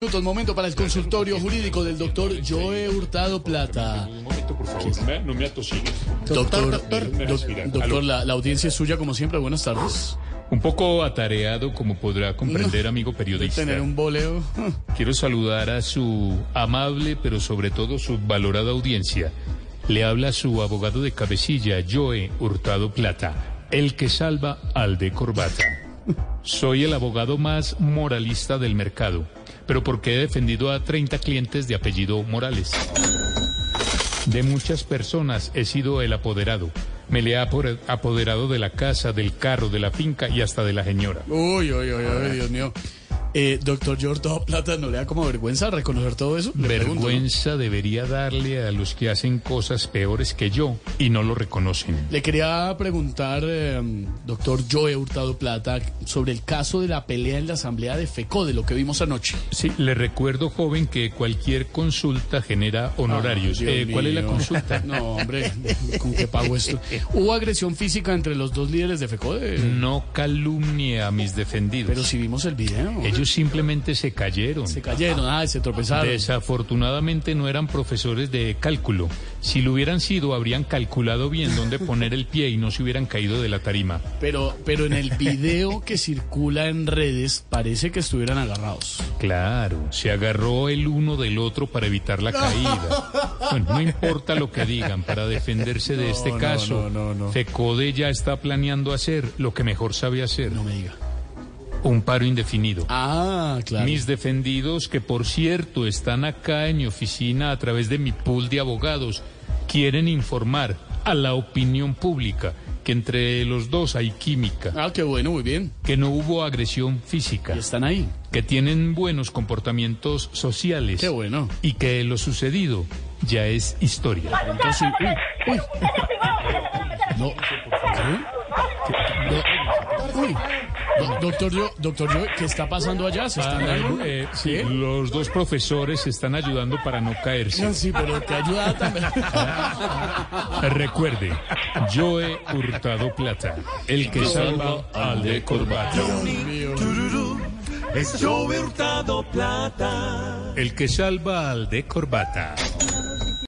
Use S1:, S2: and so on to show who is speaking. S1: Minutos, momento para el consultorio jurídico del doctor Joe Hurtado Plata.
S2: Un momento, por favor. No me, no me atosigues.
S1: Doctor,
S2: doctor.
S1: doc-
S2: Respirar. Aló.
S1: doctor la, la audiencia es suya como siempre. Buenas tardes.
S3: Un poco atareado, como podrá comprender, amigo
S1: De
S3: periodista.
S1: tener un boleo.
S3: Quiero saludar a su amable, pero sobre todo su valorada audiencia. Le habla su abogado de cabecilla, Joe Hurtado Plata, el que salva al de corbata. Soy el abogado más moralista del mercado, pero porque he defendido a 30 clientes de apellido Morales. De muchas personas he sido el apoderado. Me le he apoder- apoderado de la casa, del carro, de la finca y hasta de la señora.
S1: Uy, uy, uy, uy, Dios mío. Eh, doctor Joe Hurtado Plata, ¿no le da como vergüenza reconocer todo eso? Le pregunto, ¿no?
S3: Vergüenza debería darle a los que hacen cosas peores que yo y no lo reconocen.
S1: Le quería preguntar, eh, doctor Joe Hurtado Plata, sobre el caso de la pelea en la asamblea de FECO, de lo que vimos anoche.
S3: Sí, le recuerdo, joven, que cualquier consulta genera honorarios.
S1: Ay, Ah, Dios
S3: Eh, ¿Cuál es la
S1: mío.
S3: consulta?
S1: No, hombre, ¿con qué pago esto? ¿Hubo agresión física entre los dos líderes de FECO? eh,
S3: No calumnie a mis defendidos.
S1: Mm. Pero si vimos el video.
S3: Ellos simplemente se cayeron.
S1: Se cayeron, ah, se tropezaron.
S3: Desafortunadamente no eran profesores de cálculo. Si lo hubieran sido, habrían calculado bien dónde poner el pie y no se hubieran caído de la tarima.
S1: Pero, pero en el video que circula en redes parece que estuvieran agarrados.
S3: Claro, se agarró el uno del otro para evitar la caída. Bueno, no importa lo que digan, para defenderse de
S1: No,
S3: este
S1: no,
S3: caso,
S1: no, no, no.
S3: FECODE ya está planeando hacer lo que mejor sabe hacer,
S1: No me diga.
S3: un paro indefinido.
S1: Ah, claro.
S3: Mis defendidos, que por cierto están acá en mi oficina a través de mi pool de abogados, quieren informar a la opinión pública que entre los dos hay química,
S1: Ah, qué bueno, muy bien.
S3: que no hubo agresión física,
S1: Y están ahí.
S3: que tienen buenos comportamientos sociales
S1: Qué bueno.
S3: y que lo sucedido ya es historia.
S1: Entonces, uy, uy. No. ¿Qué? No. Uy. Do- Doctor yo, doctor yo, ¿qué está pasando allá? ¿Se están ahí?
S3: Eh, sí, los dos profesores se están ayudando para no caerse.
S1: Sí, pero te ayuda también.
S3: Recuerde, Joe Hurtado Plata, el que salva al de corbata.
S4: Es Joe Hurtado Plata.
S3: El que salva al de corbata.